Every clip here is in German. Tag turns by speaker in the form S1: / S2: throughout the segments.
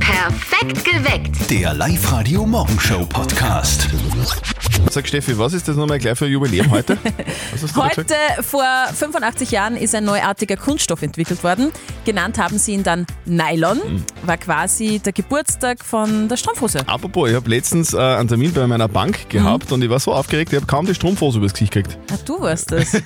S1: Perfekt geweckt.
S2: Der Live-Radio Morgenshow Podcast.
S3: Sag Steffi, was ist das nochmal gleich für ein Jubiläum heute? Was hast du da
S4: Heute
S3: gesagt?
S4: vor 85 Jahren ist ein neuartiger Kunststoff entwickelt worden. Genannt haben sie ihn dann Nylon. War quasi der Geburtstag von der Strumpfhose.
S3: Apropos, ich habe letztens äh, einen Termin bei meiner Bank gehabt und ich war so aufgeregt, ich habe kaum die Strumpfhose übers Gesicht gekriegt.
S4: Ah, du warst das.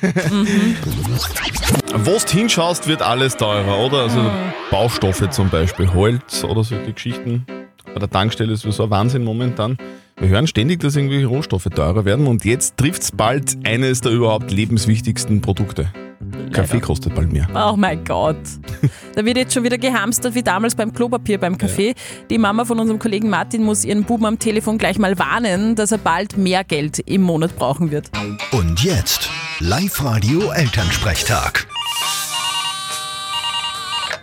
S3: Wo du hinschaust, wird alles teurer, oder? Also Baustoffe zum Beispiel, Holz oder solche Geschichten. Bei der Tankstelle ist sowieso ein Wahnsinn momentan. Wir hören ständig, dass irgendwelche Rohstoffe teurer werden und jetzt trifft es bald eines der überhaupt lebenswichtigsten Produkte. Kaffee kostet bald mehr.
S4: Oh mein Gott. Da wird jetzt schon wieder gehamstert wie damals beim Klopapier beim Kaffee. Die Mama von unserem Kollegen Martin muss ihren Buben am Telefon gleich mal warnen, dass er bald mehr Geld im Monat brauchen wird.
S2: Und jetzt Live-Radio Elternsprechtag.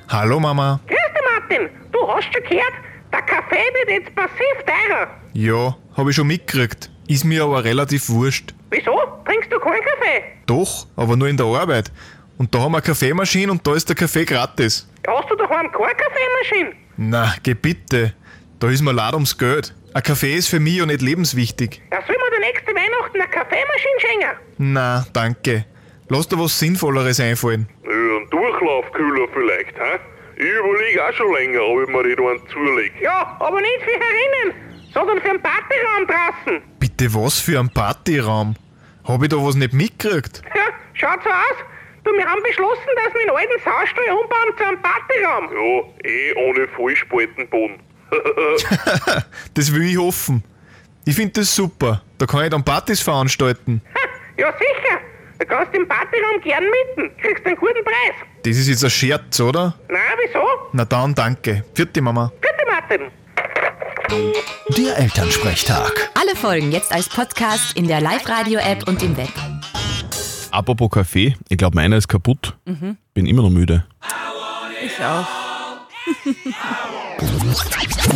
S5: Hallo Mama.
S6: Grüß dich, Martin. Du hast schon gehört, der Kaffee wird jetzt massiv teurer.
S5: Ja, habe ich schon mitgekriegt. Ist mir aber relativ wurscht.
S6: Wieso? Trinkst du keinen Kaffee?
S5: Doch, aber nur in der Arbeit. Und da haben wir eine Kaffeemaschine und da ist der Kaffee gratis.
S6: Hast du daheim keine Kaffeemaschine?
S5: Na, geh bitte. Da ist mir leid ums Geld. Ein Kaffee ist für mich ja nicht lebenswichtig.
S6: Da soll mir der nächste Weihnachten eine Kaffeemaschine schenken.
S5: Na, danke. Lass dir was Sinnvolleres einfallen.
S7: Ja, ein Durchlaufkühler vielleicht, hä? Ich überlege auch schon länger, ob ich mir den einen zulege.
S6: Ja, aber nicht für herinnen, sondern für den Partyraum draußen.
S5: Bitte was für ein Partyraum. Hab ich da was nicht mitgekriegt?
S6: Ja, schaut so aus. Du, wir haben beschlossen, dass wir den alten Saustall umbauen zu einem Partyraum.
S7: Ja, eh ohne Vollspaltenboden.
S5: Das will ich hoffen. Ich finde das super. Da kann ich dann Partys veranstalten.
S6: Ha, ja, sicher. Du kannst den Partyraum gern mieten. Kriegst einen guten Preis.
S5: Das ist jetzt ein Scherz, oder?
S6: Na, wieso?
S5: Na dann, danke. Vierte Mama.
S6: Bitte, Martin.
S2: Der Elternsprechtag.
S8: Alle Folgen jetzt als Podcast in der Live-Radio-App und im Web.
S3: Apropos Kaffee, ich glaube, meiner ist kaputt. Bin immer noch müde.
S4: Mhm. Ich auch.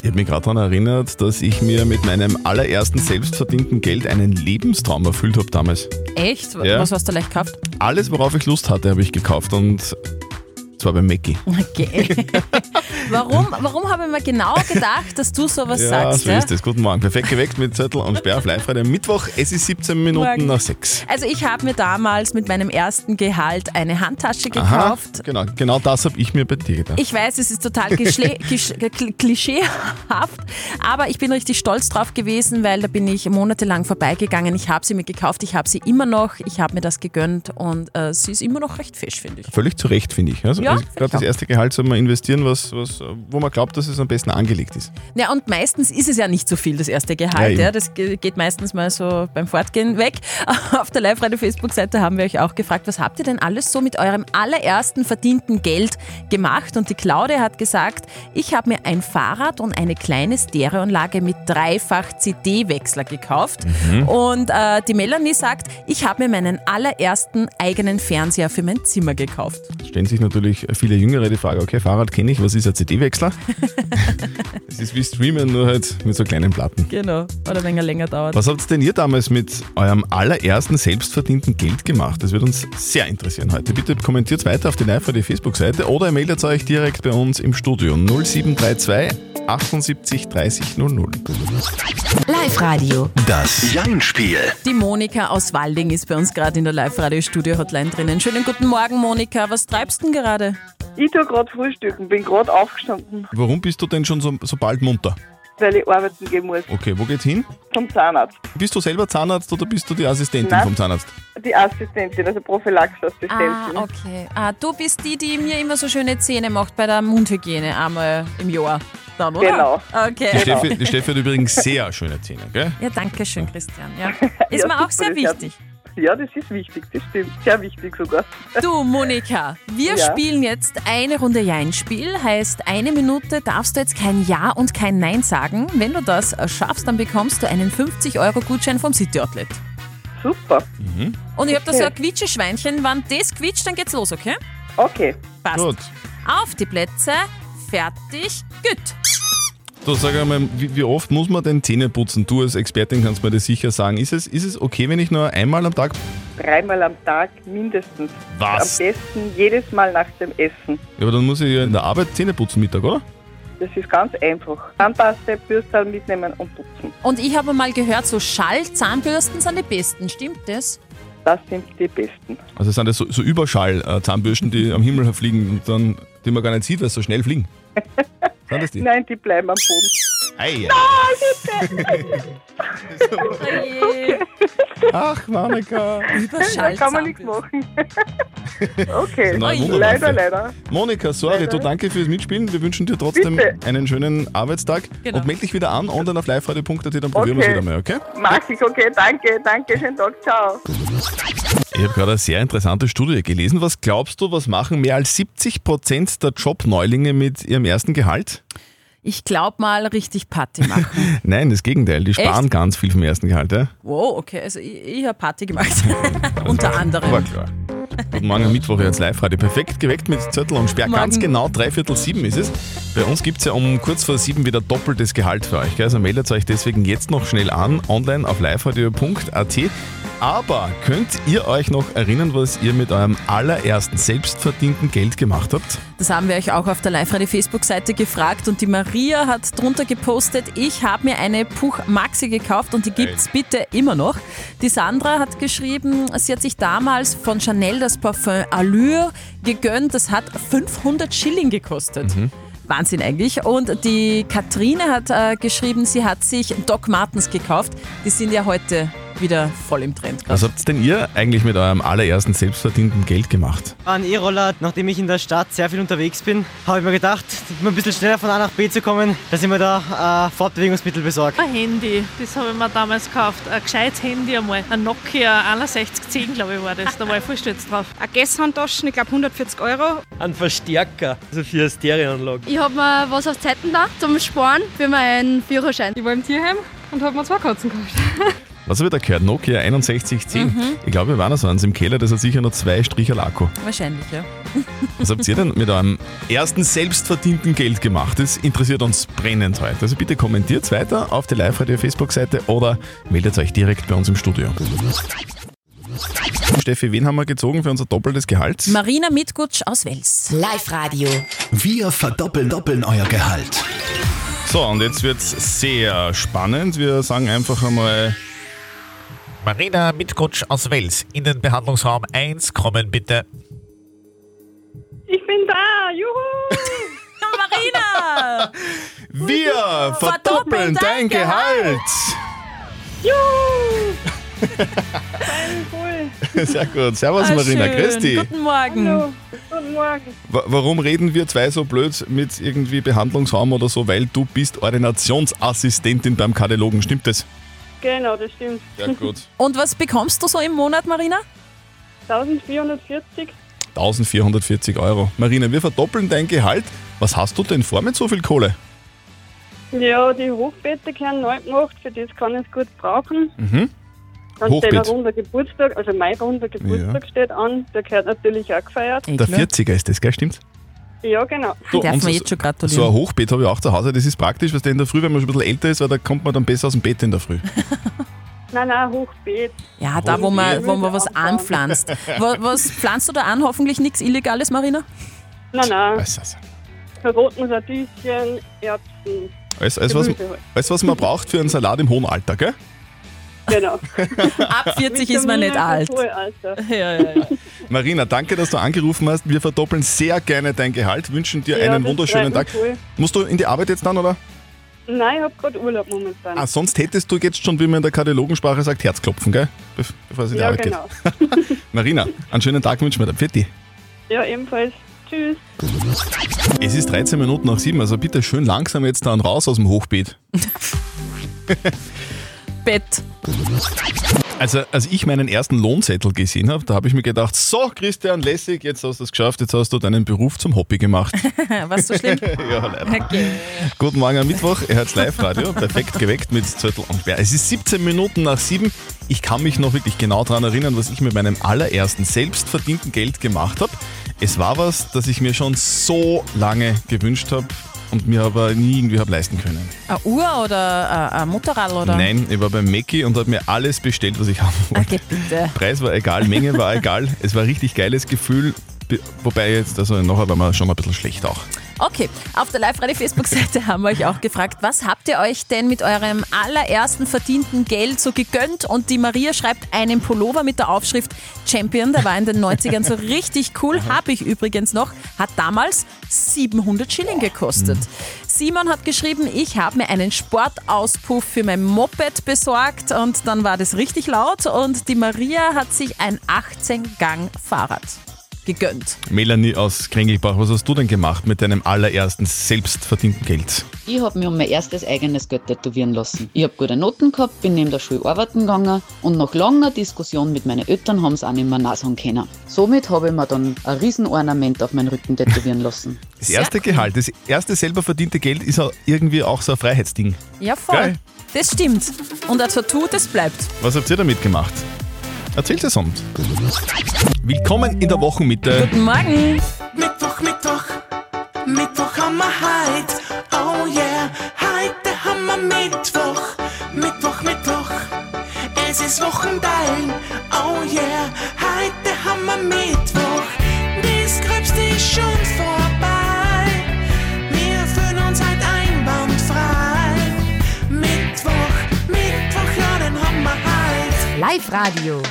S3: Ich habe mich gerade daran erinnert, dass ich mir mit meinem allerersten selbstverdienten Geld einen Lebenstraum erfüllt habe damals.
S4: Echt?
S3: Ja.
S4: Was hast du leicht gekauft?
S3: Alles, worauf ich Lust hatte, habe ich gekauft und zwar bei Mackie.
S4: Okay. warum warum habe ich mir genau gedacht, dass du sowas sagst?
S3: so
S4: ja?
S3: ist es. Guten Morgen. Perfekt geweckt mit Zettel und Sperr auf live am Mittwoch. Es ist 17 Minuten
S4: Morgen.
S3: nach 6.
S4: Also ich habe mir damals mit meinem ersten Gehalt eine Handtasche gekauft.
S3: genau, genau das habe ich mir bei dir gedacht.
S4: Ich weiß, es ist total Klischee- Klisch- kl- klischeehaft, aber ich bin richtig stolz drauf gewesen, weil da bin ich monatelang vorbeigegangen. Ich habe sie mir gekauft, ich habe sie immer noch, ich habe mir das gegönnt und äh, sie ist immer noch recht fisch, finde ich.
S3: Völlig zu Recht, finde ich. Also,
S4: Ja,
S3: also
S4: finde
S3: gerade
S4: ich
S3: das
S4: auch.
S3: erste Gehalt soll man investieren, was, was, wo man glaubt, dass es am besten angelegt ist.
S4: Ja, und meistens ist es ja nicht so viel, das erste
S3: Ja,
S4: Gehalt.
S3: eben.
S4: Ja, das ge- geht meistens mal so beim Fortgehen weg. Auf der Live-Radio-Facebook-Seite haben wir euch auch gefragt, was habt ihr denn alles so mit eurem allerersten verdienten Geld gemacht? Und die Claudia hat gesagt, ich habe mir ein Fahrrad und eine kleine Stereoanlage mit dreifach CD-Wechsler gekauft.
S3: Mhm.
S4: Und äh, die Melanie sagt, ich habe mir meinen allerersten eigenen Fernseher für mein Zimmer gekauft.
S3: stellen sich natürlich viele Jüngere die Frage, okay, Fahrrad kenne ich, was ist ein CD-Wechsler? Es ist wie Streamen, nur halt mit so kleinen Platten.
S4: Genau, oder wenn er länger dauert.
S3: Was habt denn ihr damals mit eurem allerersten selbstverdienten Geld gemacht? Das wird uns sehr interessieren heute. Bitte kommentiert weiter auf die live die Facebook-Seite oder ihr meldet euch direkt bei uns im Studio 0732 78 30 00.
S8: Live-Radio.
S2: Das Jein-Spiel.
S4: Die Monika aus Walding ist bei uns gerade in der Live-Radio-Studio-Hotline drinnen. Schönen guten Morgen, Monika. Was treibst du denn gerade?
S9: Ich tue gerade frühstücken, bin gerade aufgestanden,
S3: Warum bist du denn schon so, so bald munter?
S9: weil ich arbeiten gehen muss
S3: Okay, wo geht's hin?
S9: zum Zahnarzt.
S3: Bist du selber Zahnarzt oder bist du die Assistentin
S9: Nein.
S3: vom Zahnarzt?
S9: Die Assistentin, also Prophylaxeassistentin.
S4: okay. Ah, du bist die, die mir immer so schöne Zähne macht bei der Mundhygiene einmal im Jahr. Dann, oder?
S9: Genau.
S3: Die,
S4: Okay.
S3: Steffi, die Steffi hat übrigens sehr schöne Zähne, gell?
S4: Ja, danke schön, Christian. Ja. Ist
S9: Ja,
S4: mir auch
S9: super,
S4: sehr
S9: das Herz.
S4: wichtig.
S9: Ja, das ist wichtig, das stimmt. Sehr wichtig sogar.
S4: Du, Monika, wir
S9: Ja.
S4: spielen jetzt eine Runde Ja-Spiel. Heißt, eine Minute darfst du jetzt kein Ja und kein Nein sagen. Wenn du das schaffst, dann bekommst du einen 50-Euro-Gutschein vom City Outlet.
S9: Super.
S4: Und ich habe da
S9: Okay.
S4: so ein Quietscheschweinchen. Wenn das quietscht, dann geht's los, okay?
S9: Okay.
S4: Passt.
S3: Gut.
S4: Auf die Plätze. Fertig. Gut.
S3: Du sag einmal, wie, wie oft muss man denn Zähne putzen? Du als Expertin kannst mir das sicher sagen. Ist es, ist es okay, wenn ich nur einmal am Tag.
S9: Dreimal am Tag mindestens.
S3: Was?
S9: Am besten jedes Mal nach dem Essen.
S3: Ja, aber dann muss ich ja in der Arbeit Zähne putzen Mittag, oder?
S9: Das ist ganz einfach. Zahnpasta, Bürste mitnehmen und putzen.
S4: Und ich habe mal gehört, so Schallzahnbürsten sind die besten. Stimmt das?
S9: Das sind die besten.
S3: Also sind das so, so Überschall-Zahnbürsten, die am Himmel fliegen und dann, die man gar nicht sieht, weil sie so schnell fliegen. Sind das die?
S9: Nein, die bleiben am Boden.
S3: Ei, Ach, Monika.
S9: Da kann man nichts
S4: Überschallzahnbürsten.
S9: machen. okay,
S3: Nein, wunderbar.
S9: leider, leider.
S3: Monika, sorry, du danke fürs Mitspielen. Wir wünschen dir trotzdem
S9: Bitte.
S3: einen schönen Arbeitstag.
S4: Genau.
S3: Und melde dich wieder an, online auf liveradio.at, dann probieren wir es
S9: Okay.
S3: wieder mal, okay?
S9: Mach ich, okay, danke, danke, schönen Tag, ciao.
S3: Ich habe gerade eine sehr interessante Studie gelesen. Was glaubst du, was machen mehr als 70 Prozent der Jobneulinge mit ihrem ersten Gehalt?
S4: Ich glaube mal richtig Party machen.
S3: Nein, das Gegenteil. Die sparen
S4: Echt?
S3: ganz viel vom ersten Gehalt. Ja?
S4: wow, okay, also ich, ich habe Party gemacht.
S9: Also
S4: Unter
S3: War
S4: anderem.
S3: klar. Guten Morgen, Mittwoch, jetzt live heute. Perfekt geweckt mit Zettel und Sperr. Ganz
S4: Morgen.
S3: genau, dreiviertel sieben ist es. Bei uns gibt es ja um kurz vor sieben wieder doppeltes Gehalt für euch. gell? Also meldet euch deswegen jetzt noch schnell an, online auf liveradio.at. Aber könnt ihr euch noch erinnern, was ihr mit eurem allerersten selbstverdienten Geld gemacht habt?
S4: Das haben wir euch auch auf der live radio Facebook-Seite gefragt und die Maria hat drunter gepostet, ich habe mir eine Puch Maxi gekauft und die gibt's bitte immer noch. Die Sandra hat geschrieben, sie hat sich damals von Chanel das Parfum Allure gegönnt, das hat 500 Schilling gekostet. Wahnsinn eigentlich. Und die Katrine hat äh, geschrieben, sie hat sich Doc Martens gekauft. Die sind ja heute wieder voll im Trend.
S3: Was habt denn ihr eigentlich mit eurem allerersten selbstverdienten Geld gemacht?
S1: An E-Roller, nachdem ich in der Stadt sehr viel unterwegs bin, habe ich mir gedacht, um ein bisschen schneller von A nach B zu kommen, dass ich mir da äh, Fortbewegungsmittel besorge.
S10: Ein Handy, das habe ich mir damals gekauft. Ein gescheites Handy einmal. Ein Nokia 6110, glaube ich, war das. Da war ich voll stolz drauf.
S6: Eine Gesshandtaschen, ich glaube 140 Euro.
S1: Ein Verstärker, also für Stereoanlage.
S10: Ich habe mir was auf Zeiten da zum Sparen für meinen Führerschein. Ich war im Tierheim und habe mir zwei Katzen gekauft.
S3: Was habe ich da gehört? Nokia 6110. Ich glaube, wir waren so eins im Keller, das hat sicher noch zwei Stricher Lako.
S4: Wahrscheinlich, ja.
S3: Was habt ihr denn mit eurem ersten selbstverdienten Geld gemacht? Das interessiert uns brennend heute. Also bitte kommentiert weiter auf der Live-Radio-Facebook-Seite oder meldet euch direkt bei uns im Studio. Steffi, wen haben wir gezogen für unser doppeltes Gehalt?
S4: Marina Mitgutsch aus Wels.
S8: Live-Radio.
S2: Wir verdoppeln doppeln euer Gehalt.
S3: So, und jetzt wird's sehr spannend. Wir sagen einfach einmal
S11: Marina Mitkutsch aus Wels. In den Behandlungsraum 1 kommen bitte.
S9: Ich bin da, juhu!
S4: Marina!
S3: Wir verdoppeln dein Gehalt!
S9: Juhu! cool.
S3: Sehr gut. Servus
S4: Ah,
S3: Marina,
S4: schön.
S3: grüß dich.
S4: Guten Morgen.
S9: Hallo, guten Morgen.
S3: Wa- Warum reden wir zwei so blöd mit irgendwie Behandlungsraum oder so? Weil du bist Ordinationsassistentin beim Kardiologen, stimmt das?
S9: Genau, das stimmt.
S3: Ja, gut.
S4: Und was bekommst du so im Monat, Marina?
S9: 1440,
S3: 1440 Euro. Marina, wir verdoppeln dein Gehalt. Was hast du denn vor mit so viel Kohle?
S9: ja, die Hochbeete gehören neu gemacht, für das kann ich es gut brauchen.
S3: Mhm.
S9: Dann
S3: Hochbeet.
S9: steht ein runder Geburtstag, also mein runder Geburtstag steht an, der gehört natürlich auch gefeiert.
S4: Ey,
S3: Der
S4: klar.
S3: 40er ist das, gell? Stimmt's?
S9: Ja, genau.
S3: So,
S4: Darf
S3: und
S4: Ah, man
S3: so-
S4: jetzt schon gratulieren.
S3: So ein Hochbett habe ich auch zu Hause. Das ist praktisch, was in der Früh, wenn man schon ein bisschen älter ist, weil da kommt man dann besser aus dem Bett in der Früh.
S9: Nein, nein, Hochbeet.
S4: ja, da wo man, wo man was
S9: Mühle
S4: anpflanzt. was, was pflanzt du da an? Hoffentlich nichts Illegales, Marina?
S9: Nein, nein,
S3: Alles, alles.
S9: Karotten, Radieschen, Erbsen.
S3: Alles, alles, Also was,
S9: Gemüse halt.
S3: alles, was man braucht für einen Salat im hohen Alter, gell?
S9: Genau.
S4: Ab 40 ist man nicht alt.
S9: Vitamine fürs Hohe Alter.
S4: Ja, ja, ja.
S3: Marina, danke, dass du angerufen hast. Wir verdoppeln sehr gerne dein Gehalt, wünschen dir einen
S9: das
S3: wunderschönen
S9: freut
S3: Tag.
S9: mich voll.
S3: Musst du in die Arbeit jetzt dann, oder?
S9: Nein, ich habe gerade Urlaub momentan.
S3: Ah, sonst hättest du jetzt schon, wie man in der Kardiologensprache sagt, Herzklopfen, gell? Bef- Bevor es in die
S9: ja,
S3: Arbeit
S9: genau.
S3: geht. Marina, einen schönen Tag wünschen wir dir. Pfiat dich.
S9: Ja, ebenfalls. Tschüss.
S3: Es ist 13 Minuten nach 7, also bitte schön langsam jetzt dann raus aus dem Hochbeet.
S4: Bett.
S3: Also, als ich meinen ersten Lohnzettel gesehen habe, da habe ich mir gedacht, so Christian, lässig, jetzt hast du es geschafft, jetzt hast du deinen Beruf zum Hobby gemacht.
S4: Ja, Was so schlimm?
S3: ja, leider. Guten Morgen am Mittwoch, ihr hört Live-Radio, perfekt geweckt mit Zettel und Sperr. Es ist 17 Minuten nach 7. Ich kann mich noch wirklich genau daran erinnern, was ich mit meinem allerersten selbstverdienten Geld gemacht habe. Es war was, das ich mir schon so lange gewünscht habe und mir aber nie irgendwie habe leisten können.
S4: Eine Uhr oder äh, ein, ein Motorrad oder?
S3: Nein, ich war bei Mackie und habe mir alles bestellt, was ich haben wollte.
S4: Okay, bitte.
S3: Preis war egal, Menge war egal. Es war ein richtig geiles Gefühl. Be- Wobei jetzt, also nachher war man schon ein bisschen schlecht auch.
S4: Okay, auf der Live-Radio-Facebook-Seite haben wir euch auch gefragt, was habt ihr euch denn mit eurem allerersten verdienten Geld so gegönnt? Und die Maria schreibt einen Pullover mit der Aufschrift Champion, der war in den 90ern so richtig cool, habe ich übrigens noch, hat damals 700 Schilling gekostet. Simon hat geschrieben, ich habe mir einen Sportauspuff für mein Moped besorgt und dann war das richtig laut und die Maria hat sich ein 18-Gang-Fahrrad gegönnt.
S3: Melanie aus Krengelbach, was hast du denn gemacht mit deinem allerersten selbstverdienten Geld?
S12: Ich habe mir um mein erstes eigenes Geld tätowieren lassen. Ich habe gute Noten gehabt, bin neben der Schule arbeiten gegangen und nach langer Diskussion mit meinen Eltern haben sie auch nicht mehr nachsagen können. Somit habe ich mir dann ein Riesenornament auf meinen Rücken tätowieren lassen.
S3: Das erste Gehalt, das erste selber verdiente Geld ist auch irgendwie auch so ein Freiheitsding.
S4: Ja, voll.
S3: Geil.
S4: Das stimmt. Und ein Tattoo, das bleibt.
S3: Was habt ihr damit gemacht? Erzählt es uns. Willkommen in der Wochenmitte.
S4: Guten Morgen.
S13: Mittwoch, Mittwoch, Mittwoch haben wir heute. Oh yeah, heute haben wir Mittwoch. Mittwoch, Mittwoch, es ist Wochenteilen. Oh yeah, heute haben wir Mittwoch. Das Gröbste ist schon vorbei. Wir fühlen uns heute einwandfrei. Mittwoch, Mittwoch, ja, den haben wir halt. heute.
S8: Live Radio.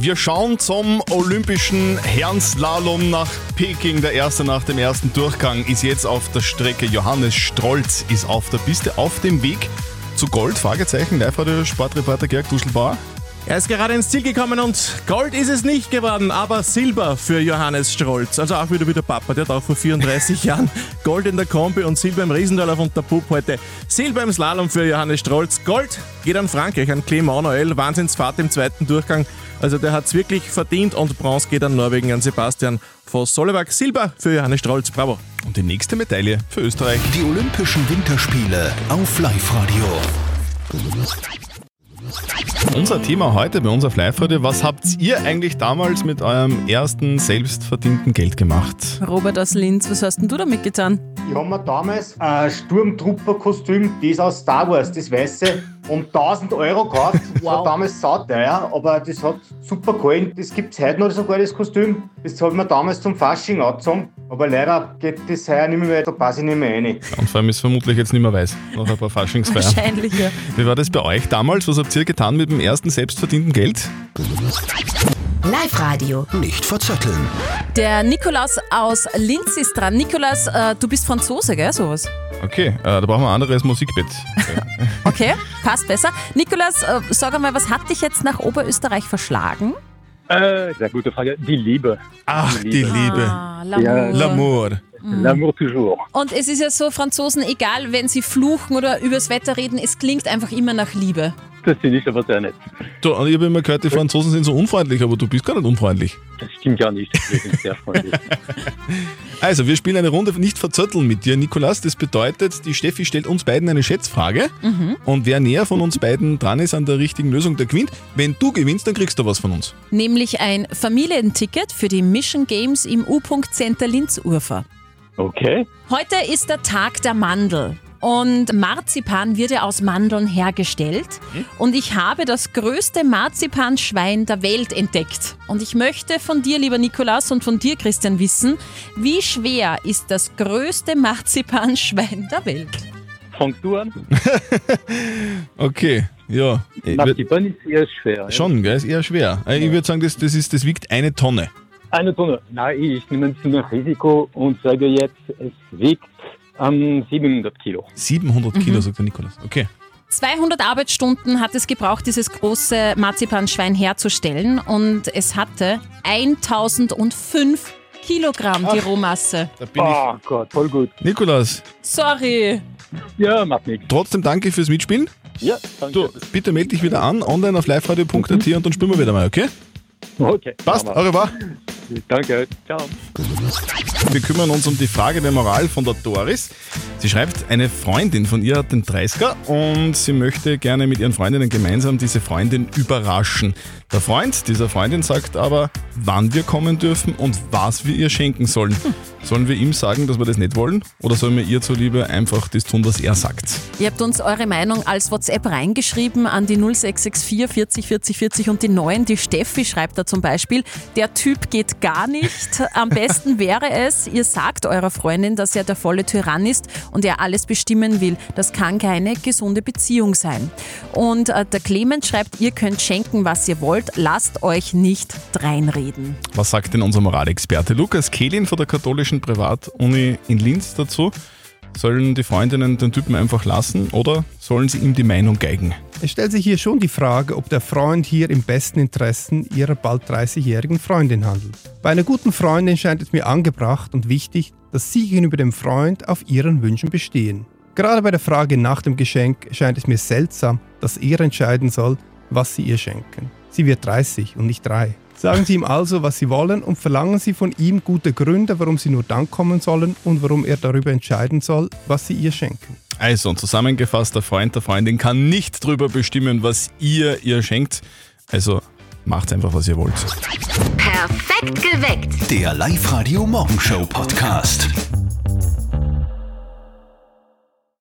S3: Wir schauen zum olympischen Herrenslalom nach Peking. Der erste nach dem ersten Durchgang ist jetzt auf der Strecke. Johannes Strolz ist auf der Piste auf dem Weg zu Gold. Fragezeichen. Live-Radio Sportreporter Georg Duschelbauer.
S14: Er ist gerade ins Ziel gekommen und Gold ist es nicht geworden, aber Silber für Johannes Strolz. Also auch wieder wieder Papa, der hat auch vor 34 Jahren Gold in der Kombi und Silber im Riesendorlauf und der Pup heute. Silber im Slalom für Johannes Strolz. Gold geht an Frankreich, an Clément Noël. Wahnsinnsfahrt im zweiten Durchgang. Also der hat's wirklich verdient und Bronze geht an Norwegen, an Sebastian voss solleberg Silber für Johannes Strolz. Bravo.
S3: Und die nächste Medaille für Österreich.
S2: Die Olympischen Winterspiele auf Live-Radio.
S3: Unser Thema heute bei unserer Fly heute, was habt ihr eigentlich damals mit eurem ersten selbstverdienten Geld gemacht?
S4: Robert aus Linz, was hast denn du damit getan?
S15: Ich habe mir damals ein Sturmtrooper-Kostüm, das aus Star Wars, das weiße, um 1000 Euro gekauft. Das war damals sauteuer, aber das hat super gehalten. Das gibt es heute noch sogar, das Kostüm. Das habe ich mir damals zum Fasching angezogen. Aber leider geht das heuer nicht mehr, weil da passe ich nicht mehr rein.
S3: Und vor allem ist vermutlich jetzt nicht mehr weiß, nach ein paar Faschingsfeiern.
S4: Wahrscheinlich, ja.
S3: Wie war das bei euch damals? Was habt ihr getan mit dem ersten selbstverdienten Geld?
S8: Live Radio.
S2: Nicht verzetteln.
S4: Der Nikolaus aus Linz ist dran. Nikolaus, äh, du bist Franzose, gell? Sowas.
S3: Okay, äh, da brauchen wir ein anderes Musikbett.
S4: Okay, passt besser. Nikolaus, äh, sag einmal, was hat dich jetzt nach Oberösterreich verschlagen?
S16: Äh, sehr gute Frage. Die Liebe.
S3: Ach, die Liebe.
S4: Ah, L'amour.
S3: L'amour.
S16: L'amour toujours.
S4: Und es ist ja so, Franzosen, egal, wenn sie fluchen oder übers Wetter reden, es klingt einfach immer nach Liebe.
S16: Das finde ich aber sehr nett.
S3: Du, und ich habe immer gehört, die Franzosen sind so unfreundlich, aber du bist gar nicht unfreundlich.
S16: Das stimmt ja nicht. Wir sind sehr freundlich.
S3: Also, wir spielen eine Runde nicht verzötteln mit dir, Nikolas. Das bedeutet, die Steffi stellt uns beiden eine Schätzfrage.
S4: Mhm.
S3: Und wer näher von uns beiden dran ist an der richtigen Lösung, der gewinnt. Wenn du gewinnst, dann kriegst du was von uns.
S4: Nämlich ein Familienticket für die Mission Games im U-Punkt Center Linz-Urfer.
S16: Okay.
S4: Heute ist der Tag der Mandel. Und Marzipan wird ja aus Mandeln hergestellt. Und ich habe das größte Marzipanschwein der Welt entdeckt. Und ich möchte von dir, lieber Nikolaus, und von dir, Christian, wissen, wie schwer ist das größte Marzipanschwein der Welt?
S16: Fangst du an?
S3: Okay, ja.
S16: Äh,
S3: Ich würd-
S16: Marzipan ist sehr schwer.
S3: schon, gell? Ist eher schwer. Äh, Ich würde sagen, das, das, ist, das wiegt eine Tonne.
S16: Eine Tonne. Nein, ich nehme ein bisschen Risiko und sage jetzt, es wiegt ähm, 700 Kilo.
S3: 700 Kilo, sagt der Nikolaus. Okay.
S4: 200 Arbeitsstunden hat es gebraucht, dieses große Marzipanschwein herzustellen. Und es hatte 1005 Kilogramm, die
S16: Ach.
S4: Rohmasse.
S16: oh Gott, voll gut.
S3: Nikolaus,
S4: Sorry.
S16: Ja, macht nichts.
S3: trotzdem danke fürs Mitspielen.
S16: Ja, danke.
S3: Bitte melde dich wieder an, online auf liveradio.at und dann spielen wir wieder mal, okay?
S16: Okay.
S3: Passt, au revoir.
S16: Danke. Ciao.
S3: Wir kümmern uns um die Frage der Moral von der Doris. Sie schreibt, eine Freundin von ihr hat den 30er und sie möchte gerne mit ihren Freundinnen gemeinsam diese Freundin überraschen. Der Freund dieser Freundin sagt aber, wann wir kommen dürfen und was wir ihr schenken sollen. Sollen wir ihm sagen, dass wir das nicht wollen? Oder sollen wir ihr zuliebe einfach das tun, was er sagt?
S4: Ihr habt uns eure Meinung als WhatsApp reingeschrieben an die 0664 40 40 40 und die neuen. Die Steffi schreibt da zum Beispiel, der Typ geht gar nicht. Am besten wäre es, ihr sagt eurer Freundin, dass er der volle Tyrann ist und er alles bestimmen will. Das kann keine gesunde Beziehung sein. Und äh, der Clemens schreibt, ihr könnt schenken, was ihr wollt. Lasst euch nicht dreinreden.
S3: Was sagt denn unser Moralexperte Lukas Kehlin von der katholischen Privatuni in Linz dazu? Sollen die Freundinnen den Typen einfach lassen oder sollen sie ihm die Meinung geigen?
S17: Es stellt sich hier schon die Frage, ob der Freund hier im besten Interessen ihrer bald 30-jährigen Freundin handelt. Bei einer guten Freundin scheint es mir angebracht und wichtig, dass sie gegenüber dem Freund auf ihren Wünschen bestehen. Gerade bei der Frage nach dem Geschenk scheint es mir seltsam, dass er entscheiden soll, was sie ihr schenken. Sie wird 30 und nicht 3. Sagen Sie ihm also, was Sie wollen und verlangen Sie von ihm gute Gründe, warum Sie nur dann kommen sollen und warum er darüber entscheiden soll, was Sie ihr schenken.
S3: Also, und zusammengefasst, der Freund der Freundin kann nicht drüber bestimmen, was ihr ihr schenkt. Also macht einfach, was ihr wollt.
S8: Perfekt geweckt.
S2: Der Live-Radio Morgenshow Podcast.